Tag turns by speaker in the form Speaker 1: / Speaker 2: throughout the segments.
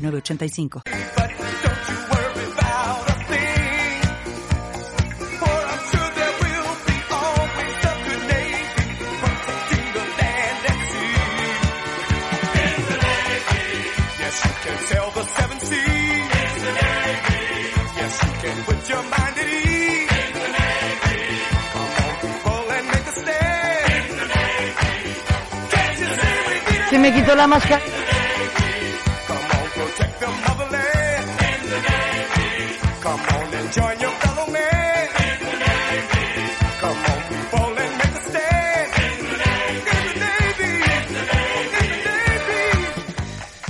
Speaker 1: 985.
Speaker 2: Se me quitó la máscara.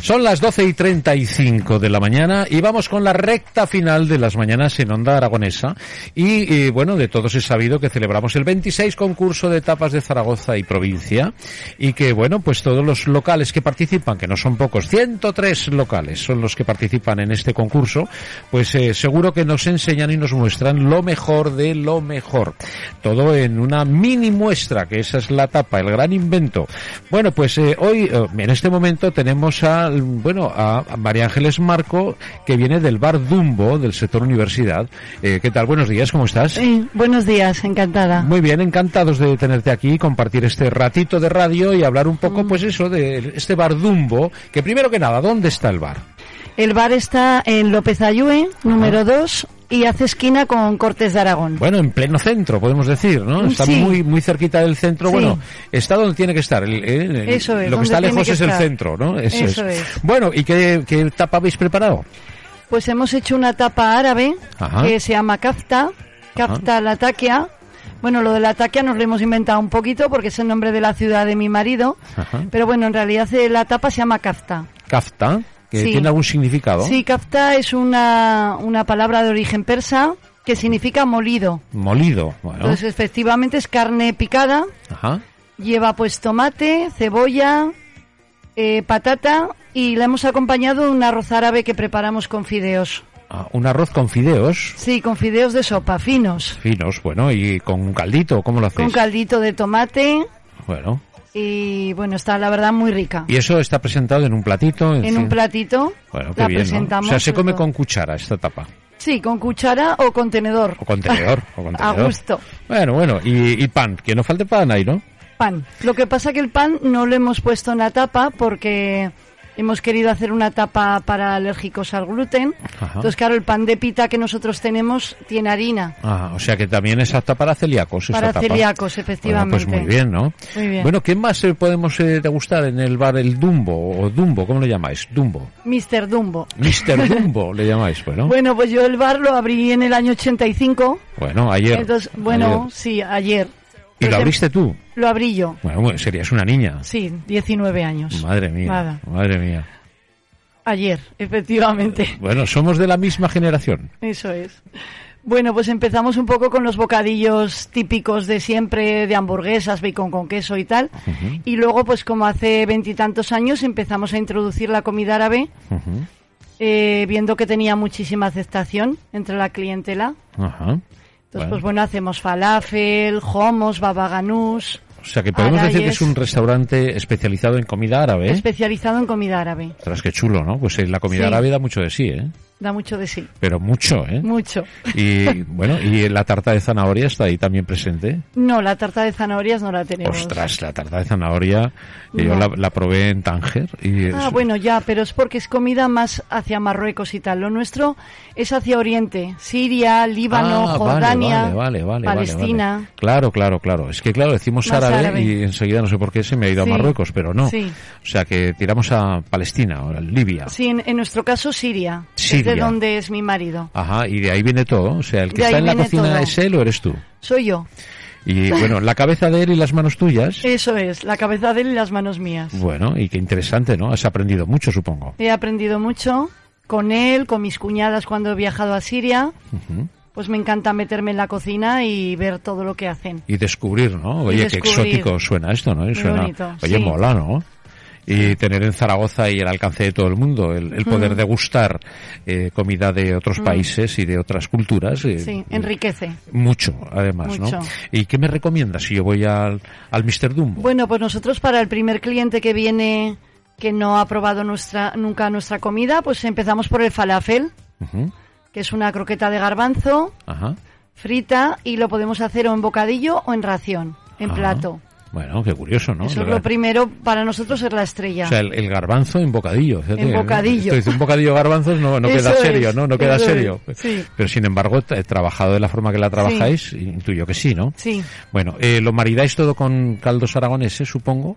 Speaker 3: Son las 12 y 35 de la mañana y vamos con la recta final de las mañanas en Onda Aragonesa. Y eh, bueno, de todos es sabido que celebramos el 26 concurso de tapas de Zaragoza y provincia y que bueno, pues todos los locales que participan, que no son pocos, 103 locales son los que participan en este concurso, pues eh, seguro que nos enseñan y nos muestran lo mejor de lo mejor. Todo en una mini muestra, que esa es la tapa, el gran invento. Bueno, pues eh, hoy, en este momento tenemos a bueno, a María Ángeles Marco, que viene del bar Dumbo, del sector universidad. Eh, ¿Qué tal? Buenos días, ¿cómo estás?
Speaker 2: Eh, buenos días, encantada.
Speaker 3: Muy bien, encantados de tenerte aquí, compartir este ratito de radio y hablar un poco, mm. pues eso, de este bar Dumbo, que primero que nada, ¿dónde está el bar?
Speaker 2: El bar está en López Ayue, número 2, y hace esquina con Cortes de Aragón.
Speaker 3: Bueno, en pleno centro, podemos decir, ¿no? Está Mm, sí. muy muy cerquita del centro. Sí. Bueno, está donde tiene que estar. El, eh, el, el, Eso es, lo que está lejos que es estar. el centro, ¿no?
Speaker 2: Eso, Eso es. es.
Speaker 3: Bueno, ¿y qué, qué, tapa habéis preparado?
Speaker 2: Pues hemos hecho una tapa árabe Ajá. que se llama kafta, kafta la taquia. Bueno, lo de la taquia nos lo hemos inventado un poquito porque es el nombre de la ciudad de mi marido. Ajá. Pero bueno, en realidad eh, la tapa se llama kafta.
Speaker 3: Kafta que sí. tiene algún significado.
Speaker 2: Sí, kafta es una, una palabra de origen persa que significa molido.
Speaker 3: Molido, bueno.
Speaker 2: Entonces, efectivamente, es carne picada. Ajá. Lleva pues tomate, cebolla, eh, patata y la hemos acompañado de un arroz árabe que preparamos con fideos.
Speaker 3: Ah, un arroz con fideos.
Speaker 2: Sí, con fideos de sopa, finos.
Speaker 3: Finos, bueno, y con un caldito, ¿cómo lo hacéis?
Speaker 2: Con caldito de tomate.
Speaker 3: Bueno
Speaker 2: y bueno, está la verdad muy rica.
Speaker 3: ¿Y eso está presentado en un platito?
Speaker 2: En, en un platito.
Speaker 3: Bueno, qué la bien, presentamos. ¿no? O sea, se come todo. con cuchara esta tapa.
Speaker 2: Sí, con cuchara o contenedor.
Speaker 3: O contenedor, o contenedor.
Speaker 2: A gusto.
Speaker 3: Bueno, bueno, y, y pan, que no falte pan ahí, ¿no?
Speaker 2: Pan. Lo que pasa que el pan no lo hemos puesto en la tapa porque hemos querido hacer una tapa para alérgicos al gluten.
Speaker 3: Ah.
Speaker 2: Ajá. Entonces, claro, el pan de pita que nosotros tenemos tiene harina.
Speaker 3: Ah, o sea que también es apta para celíacos.
Speaker 2: Para
Speaker 3: esta
Speaker 2: celíacos,
Speaker 3: tapa.
Speaker 2: efectivamente.
Speaker 3: Bueno, pues muy bien, ¿no?
Speaker 2: Muy bien.
Speaker 3: Bueno, ¿qué más eh, podemos eh, degustar en el bar El Dumbo? ¿O Dumbo? ¿Cómo lo llamáis? Dumbo.
Speaker 2: Mister Dumbo.
Speaker 3: Mister Dumbo le llamáis, bueno.
Speaker 2: Bueno, pues yo el bar lo abrí en el año 85.
Speaker 3: Bueno, ayer.
Speaker 2: Entonces, bueno, ayer. sí, ayer.
Speaker 3: ¿Y lo abriste tú?
Speaker 2: Lo abrí yo.
Speaker 3: Bueno, bueno, serías una niña.
Speaker 2: Sí, 19 años.
Speaker 3: Madre mía. Nada. Madre mía.
Speaker 2: Ayer, efectivamente.
Speaker 3: Bueno, somos de la misma generación.
Speaker 2: Eso es. Bueno, pues empezamos un poco con los bocadillos típicos de siempre, de hamburguesas, bacon con queso y tal. Uh -huh. Y luego, pues como hace veintitantos años, empezamos a introducir la comida árabe, uh -huh. eh, viendo que tenía muchísima aceptación entre la clientela. Ajá. Uh -huh. Entonces, bueno. pues bueno, hacemos falafel, homos, babaganús.
Speaker 3: O sea que podemos arayes, decir que es un restaurante especializado en comida árabe.
Speaker 2: Especializado en comida árabe.
Speaker 3: Tras que chulo, ¿no? Pues la comida sí. árabe da mucho de sí, ¿eh?
Speaker 2: Da mucho de sí.
Speaker 3: Pero mucho, ¿eh?
Speaker 2: Mucho.
Speaker 3: Y bueno, ¿y la tarta de zanahoria está ahí también presente?
Speaker 2: No, la tarta de zanahorias no la tenemos.
Speaker 3: Ostras, la tarta de zanahoria, no. yo la, la, probé en Tánger. Y
Speaker 2: Ah, es... bueno, ya, pero es porque es comida más hacia Marruecos y tal. Lo nuestro es hacia Oriente, Siria, Líbano,
Speaker 3: ah,
Speaker 2: Jordania,
Speaker 3: vale, vale, vale,
Speaker 2: Palestina.
Speaker 3: Claro, claro, claro. Es que claro, decimos árabe, árabe, y enseguida no sé por qué se me ha ido sí. a Marruecos, pero no. Sí. O sea que tiramos a Palestina, ahora Libia.
Speaker 2: Sí, en, en, nuestro caso Siria. Es
Speaker 3: Siria.
Speaker 2: de donde es mi marido.
Speaker 3: Ajá, y de ahí viene todo. O sea, el que está en la cocina todo. es él o eres tú.
Speaker 2: Soy yo.
Speaker 3: Y bueno, la cabeza de él y las manos tuyas.
Speaker 2: Eso es, la cabeza de él y las manos mías.
Speaker 3: Bueno, y qué interesante, ¿no? Has aprendido mucho, supongo.
Speaker 2: He aprendido mucho con él, con mis cuñadas cuando he viajado a Siria.
Speaker 3: Ujú.
Speaker 2: Pues me encanta meterme en la cocina y ver todo lo que hacen.
Speaker 3: Y descubrir, ¿no? Oye, qué
Speaker 2: descubrir.
Speaker 3: exótico suena esto, ¿no?
Speaker 2: Muy
Speaker 3: Y suena,
Speaker 2: bonito,
Speaker 3: oye,
Speaker 2: sí.
Speaker 3: mola, ¿no? Y tener en Zaragoza y el alcance de todo el mundo, el, el
Speaker 2: Mm.
Speaker 3: poder degustar eh, comida de otros países y de otras culturas. eh,
Speaker 2: Sí, enriquece.
Speaker 3: Mucho, además,
Speaker 2: Mucho.
Speaker 3: ¿no? ¿Y qué me recomiendas si yo voy al, al Mr. Dumbo?
Speaker 2: Bueno, pues nosotros para el primer cliente que viene que no ha probado nuestra, nunca nuestra comida, pues empezamos por el falafel,
Speaker 3: Ujú,
Speaker 2: que es una croqueta de garbanzo
Speaker 3: Ajá.
Speaker 2: frita y lo podemos hacer o en bocadillo o en ración, en
Speaker 3: ajá.
Speaker 2: plato.
Speaker 3: Bueno, qué curioso, Ah, ¿no?
Speaker 2: Eso
Speaker 3: De
Speaker 2: es lo
Speaker 3: verdad.
Speaker 2: primero, para nosotros es la estrella.
Speaker 3: O sea, el, el garbanzo en bocadillo. fíjate,
Speaker 2: En
Speaker 3: ¿no?
Speaker 2: bocadillo.
Speaker 3: Esto dice, un bocadillo de garbanzos no, no queda
Speaker 2: Eso
Speaker 3: serio,
Speaker 2: es,
Speaker 3: ¿no? No queda
Speaker 2: eso es,
Speaker 3: serio.
Speaker 2: sí.
Speaker 3: Pero sin embargo, t- eh, trabajado de la forma que la trabajáis, intuyo que sí, ¿no?
Speaker 2: Sí.
Speaker 3: Bueno, eh, lo maridáis todo con caldos aragoneses, supongo.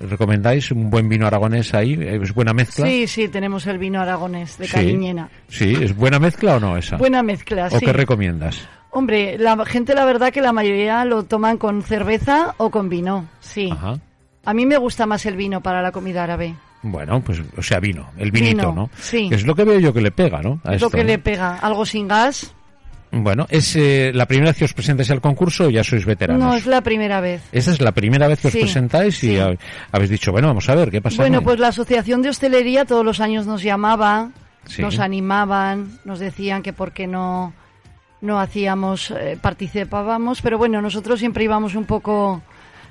Speaker 3: ¿Recomendáis un buen vino aragonés ahí? Eh, ¿Es buena mezcla?
Speaker 2: Sí, sí, tenemos el vino aragonés de
Speaker 3: Sí.
Speaker 2: Cariñena.
Speaker 3: Sí, ¿es buena mezcla o no esa?
Speaker 2: Buena mezcla,
Speaker 3: ¿O
Speaker 2: sí.
Speaker 3: Oh, qué recomiendas?
Speaker 2: Hombre, la gente la verdad que la mayoría lo toman con cerveza o con vino, sí.
Speaker 3: Ajá.
Speaker 2: A mí me gusta más el vino para la comida árabe.
Speaker 3: Bueno, pues, o sea, vino, el vinito,
Speaker 2: Vino,
Speaker 3: ¿no?
Speaker 2: sí.
Speaker 3: Es lo que veo yo que le pega, ¿no? A
Speaker 2: Es lo
Speaker 3: esto,
Speaker 2: que
Speaker 3: ¿no?
Speaker 2: le pega. Algo sin gas.
Speaker 3: Bueno, ¿es eh, la primera vez que os presentáis al concurso o ya sois veteranos?
Speaker 2: No es la primera vez.
Speaker 3: Esa es la primera vez que os
Speaker 2: Sí,
Speaker 3: presentáis y
Speaker 2: sí.
Speaker 3: hab- habéis dicho, bueno, vamos a ver, ¿qué pasa?
Speaker 2: Bueno, pues la Asociación de Hostelería todos los años nos llamaba,
Speaker 3: Sí.
Speaker 2: nos animaban, nos decían que por qué no, no hacíamos, eh, participábamos, pero bueno, nosotros siempre íbamos un poco...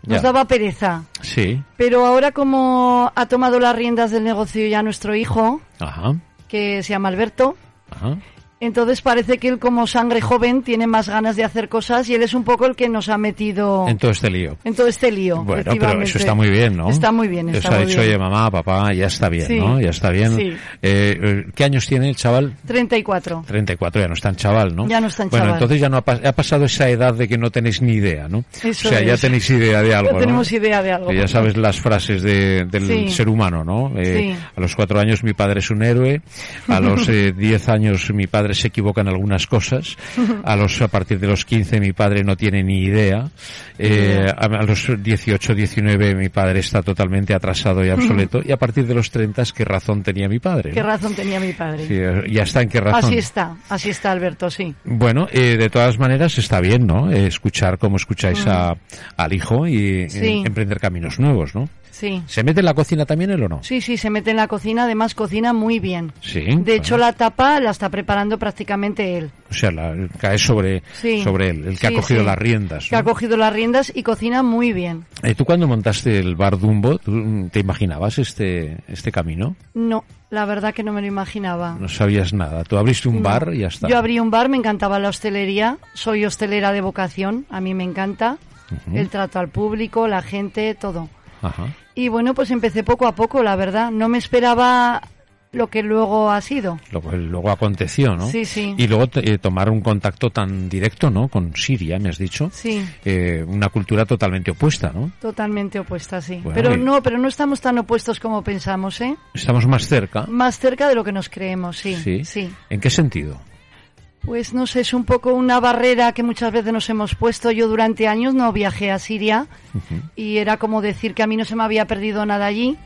Speaker 2: Nos
Speaker 3: Ya.
Speaker 2: daba pereza.
Speaker 3: Sí,
Speaker 2: Pero ahora como ha tomado las riendas del negocio ya nuestro hijo,
Speaker 3: ajá,
Speaker 2: que se llama Alberto,
Speaker 3: ajá.
Speaker 2: entonces parece que él como sangre joven tiene más ganas de hacer cosas y él es un poco el que nos ha metido...
Speaker 3: En todo este lío.
Speaker 2: en todo este lío.
Speaker 3: Bueno, pero
Speaker 2: efectivamente.
Speaker 3: eso está muy bien, ¿no?
Speaker 2: Está muy bien, está
Speaker 3: Eso ha
Speaker 2: muy
Speaker 3: dicho,
Speaker 2: bien.
Speaker 3: oye, mamá, papá, ya está bien,
Speaker 2: Sí.
Speaker 3: ¿no? Ya está bien.
Speaker 2: Sí.
Speaker 3: Eh, eh, ¿Qué años tiene el chaval?
Speaker 2: 34.
Speaker 3: 34, ya no es tan chaval, ¿no?
Speaker 2: Ya no es tan
Speaker 3: bueno,
Speaker 2: chaval.
Speaker 3: entonces ya no ha, pas- ha pasado esa edad de que no tenéis ni idea, ¿no?
Speaker 2: Eso
Speaker 3: o sea, ya
Speaker 2: es.
Speaker 3: tenéis idea de algo,
Speaker 2: No
Speaker 3: ¿no?
Speaker 2: tenemos idea de algo.
Speaker 3: Que ya sabes las frases de- del
Speaker 2: Sí.
Speaker 3: ser humano, ¿no? Eh,
Speaker 2: Sí.
Speaker 3: A los cuatro años mi padre es un héroe, a los eh, diez años mi padre se equivoca en algunas cosas, a los a partir de los quince mi padre no tiene ni idea, eh, a, a los dieciocho, diecinueve mi padre está totalmente atrasado y obsoleto, y a partir de los treinta es qué razón tenía mi padre.
Speaker 2: ¿Qué
Speaker 3: ¿no?
Speaker 2: razón tenía mi padre?
Speaker 3: Sí, eh, ya está en qué razón.
Speaker 2: así está, así está Alberto, sí.
Speaker 3: Bueno, eh, de todas maneras está bien, ¿no? Eh, escuchar cómo escucháis a- al hijo y eh,
Speaker 2: Sí.
Speaker 3: emprender caminos nuevos, ¿no?
Speaker 2: Sí.
Speaker 3: ¿Se mete en la cocina también él o no?
Speaker 2: Sí, sí, se mete en la cocina, además cocina muy bien.
Speaker 3: Sí,
Speaker 2: De hecho,
Speaker 3: claro.
Speaker 2: la tapa la está preparando prácticamente él.
Speaker 3: O sea, la- cae sobre,
Speaker 2: Sí.
Speaker 3: sobre él, el que ha
Speaker 2: Sí,
Speaker 3: cogido
Speaker 2: sí.
Speaker 3: las riendas.
Speaker 2: Que
Speaker 3: ¿no?
Speaker 2: ha cogido las riendas y cocina muy bien.
Speaker 3: Eh, ¿Tú cuando montaste el bar Dumbo, tú, mm, te imaginabas este, este camino?
Speaker 2: No, la verdad que no me lo imaginaba.
Speaker 3: No sabías nada. Tú abriste un bar y ya está.
Speaker 2: Yo abrí un bar, me encantaba la hostelería, soy hostelera de vocación, a mí me encanta el trato al público, la gente, todo.
Speaker 3: Ajá.
Speaker 2: Y bueno, pues empecé poco a poco, la verdad, no me esperaba lo que luego ha sido.
Speaker 3: Lo que luego aconteció, ¿no?
Speaker 2: Sí, sí.
Speaker 3: Y luego te- eh, tomar un contacto tan directo, ¿no? Con Siria, me has dicho.
Speaker 2: Sí.
Speaker 3: Eh, una cultura totalmente opuesta, ¿no?
Speaker 2: Totalmente opuesta, sí.
Speaker 3: Bueno,
Speaker 2: pero
Speaker 3: y-
Speaker 2: no, pero no estamos tan opuestos como pensamos, ¿eh?
Speaker 3: Estamos más cerca.
Speaker 2: Más cerca de lo que nos creemos, sí.
Speaker 3: Sí. ¿En qué sentido?
Speaker 2: Pues no sé, es un poco una barrera que muchas veces nos hemos puesto. Yo durante años no viajé a Siria y era como decir que a mí no se me había perdido nada allí.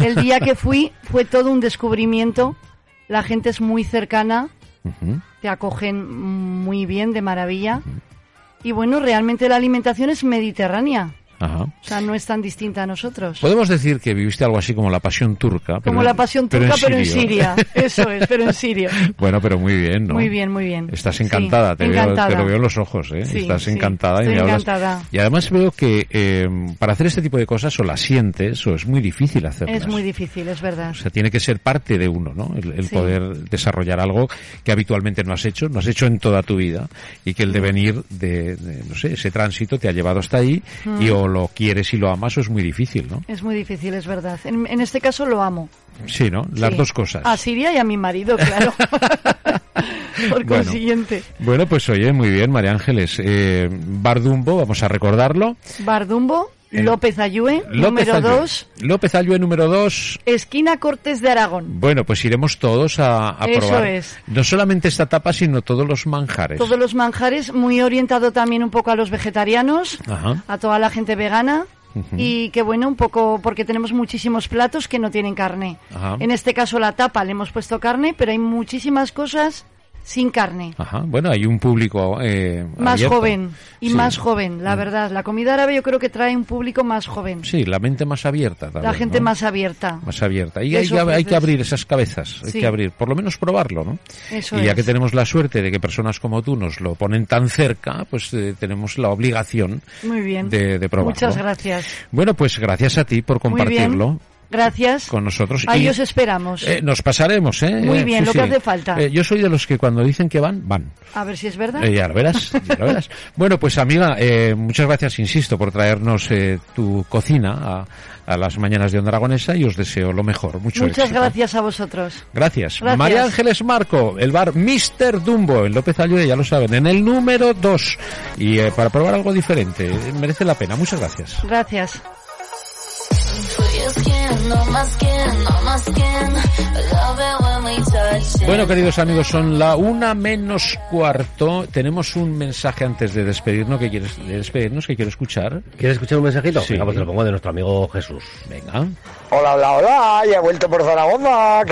Speaker 2: El día que fui fue todo un descubrimiento. La gente es muy cercana,
Speaker 3: Ujú.
Speaker 2: te acogen muy bien, de maravilla. Y bueno, realmente la alimentación es mediterránea,
Speaker 3: Ajá.
Speaker 2: o sea, no es tan distinta a nosotros.
Speaker 3: Podemos decir que viviste algo así como la pasión turca.
Speaker 2: Como
Speaker 3: Pues, pero-
Speaker 2: la pasión turca, pero en
Speaker 3: sirio.
Speaker 2: Siria. Eso es, pero en Siria.
Speaker 3: Bueno, pero muy bien, ¿no?
Speaker 2: Muy bien, muy bien.
Speaker 3: Estás
Speaker 2: Sí,
Speaker 3: encantada, te, veo-
Speaker 2: encantada.
Speaker 3: te lo veo en los ojos, ¿eh?
Speaker 2: Sí,
Speaker 3: Estás
Speaker 2: sí,
Speaker 3: encantada y
Speaker 2: estoy
Speaker 3: me hablas.
Speaker 2: encantada.
Speaker 3: Y además veo que eh, para hacer este tipo de cosas o las sientes o es muy difícil hacerlas.
Speaker 2: Es muy difícil, es verdad.
Speaker 3: O sea, tiene que ser parte de uno, ¿no? El, el
Speaker 2: Sí.
Speaker 3: poder desarrollar algo que habitualmente no has hecho, no has hecho en toda tu vida, y
Speaker 2: Mm.
Speaker 3: que el devenir de, de, no sé, ese tránsito te ha llevado hasta ahí, y
Speaker 2: Mm.
Speaker 3: o lo quieres y lo amas o es muy difícil, ¿no?
Speaker 2: Es muy difícil, es verdad. En, en este caso lo amo.
Speaker 3: Sí, ¿no? Las
Speaker 2: Sí.
Speaker 3: dos cosas.
Speaker 2: A Siria y a mi marido, claro. Por
Speaker 3: Bueno.
Speaker 2: consiguiente.
Speaker 3: Bueno, pues oye, muy bien, María Ángeles. Eh, Bardumbo, vamos a recordarlo.
Speaker 2: Bardumbo, López Ayue, número 2.
Speaker 3: López Ayue, número 2.
Speaker 2: Esquina Cortés de Aragón.
Speaker 3: Bueno, pues iremos todos a, a
Speaker 2: Eso
Speaker 3: probar.
Speaker 2: es.
Speaker 3: No solamente esta tapa, sino todos los manjares.
Speaker 2: Todos los manjares, muy orientado también un poco a los vegetarianos,
Speaker 3: Ajá.
Speaker 2: a toda la gente vegana. Y que bueno, un poco, porque tenemos muchísimos platos que no tienen carne.
Speaker 3: Ajá.
Speaker 2: En este caso la tapa le hemos puesto carne, pero hay muchísimas cosas sin carne.
Speaker 3: Ajá. Bueno, hay un público eh,
Speaker 2: Más
Speaker 3: abierto.
Speaker 2: joven, y
Speaker 3: Sí. Mm.
Speaker 2: más joven, la verdad. La comida árabe yo creo que trae un público más joven,
Speaker 3: Sí, la mente más abierta. también,
Speaker 2: la gente
Speaker 3: ¿no?
Speaker 2: más abierta.
Speaker 3: más abierta. Y hay,
Speaker 2: Eso
Speaker 3: que- hay
Speaker 2: ofreces.
Speaker 3: que abrir esas cabezas, hay
Speaker 2: Sí.
Speaker 3: que abrir, por lo menos probarlo, ¿no?
Speaker 2: Eso
Speaker 3: y ya
Speaker 2: es.
Speaker 3: que tenemos la suerte de que personas como tú nos lo ponen tan cerca, pues eh, tenemos la obligación
Speaker 2: Muy bien.
Speaker 3: de, de probarlo.
Speaker 2: Muchas gracias.
Speaker 3: Bueno, pues gracias a ti por
Speaker 2: Muy
Speaker 3: compartirlo
Speaker 2: bien. Gracias.
Speaker 3: con nosotros.
Speaker 2: Ahí
Speaker 3: Y,
Speaker 2: os esperamos.
Speaker 3: eh, nos pasaremos, ¿eh?
Speaker 2: Muy
Speaker 3: Eh,
Speaker 2: bien, lo que hace falta.
Speaker 3: Eh, yo soy de los que cuando dicen que van, van.
Speaker 2: a ver si es verdad.
Speaker 3: Eh, ya lo verás, ya lo verás. Bueno, pues amiga, eh, muchas gracias, insisto, por traernos eh, tu cocina a, a las mañanas de Onda Aragonesa y os deseo lo mejor. Mucho
Speaker 2: Muchas
Speaker 3: éxito.
Speaker 2: gracias a vosotros.
Speaker 3: Gracias.
Speaker 2: Gracias.
Speaker 3: María Ángeles Marco, el bar Mr. Dumbo en López Ayude, ya lo saben, en el número 2. Y eh, para probar algo diferente, eh, merece la pena. Muchas gracias.
Speaker 2: Gracias.
Speaker 3: Bueno, queridos amigos, son la una menos cuarto. Tenemos un mensaje antes de despedirnos que quieres de despedirnos que quiero escuchar.
Speaker 4: ¿Quieres escuchar un mensajito?
Speaker 3: Sí.
Speaker 4: Venga, pues te lo pongo de nuestro amigo Jesús.
Speaker 3: Venga.
Speaker 5: Hola, hola, hola, ya he vuelto por Zaragoza. ¿Qué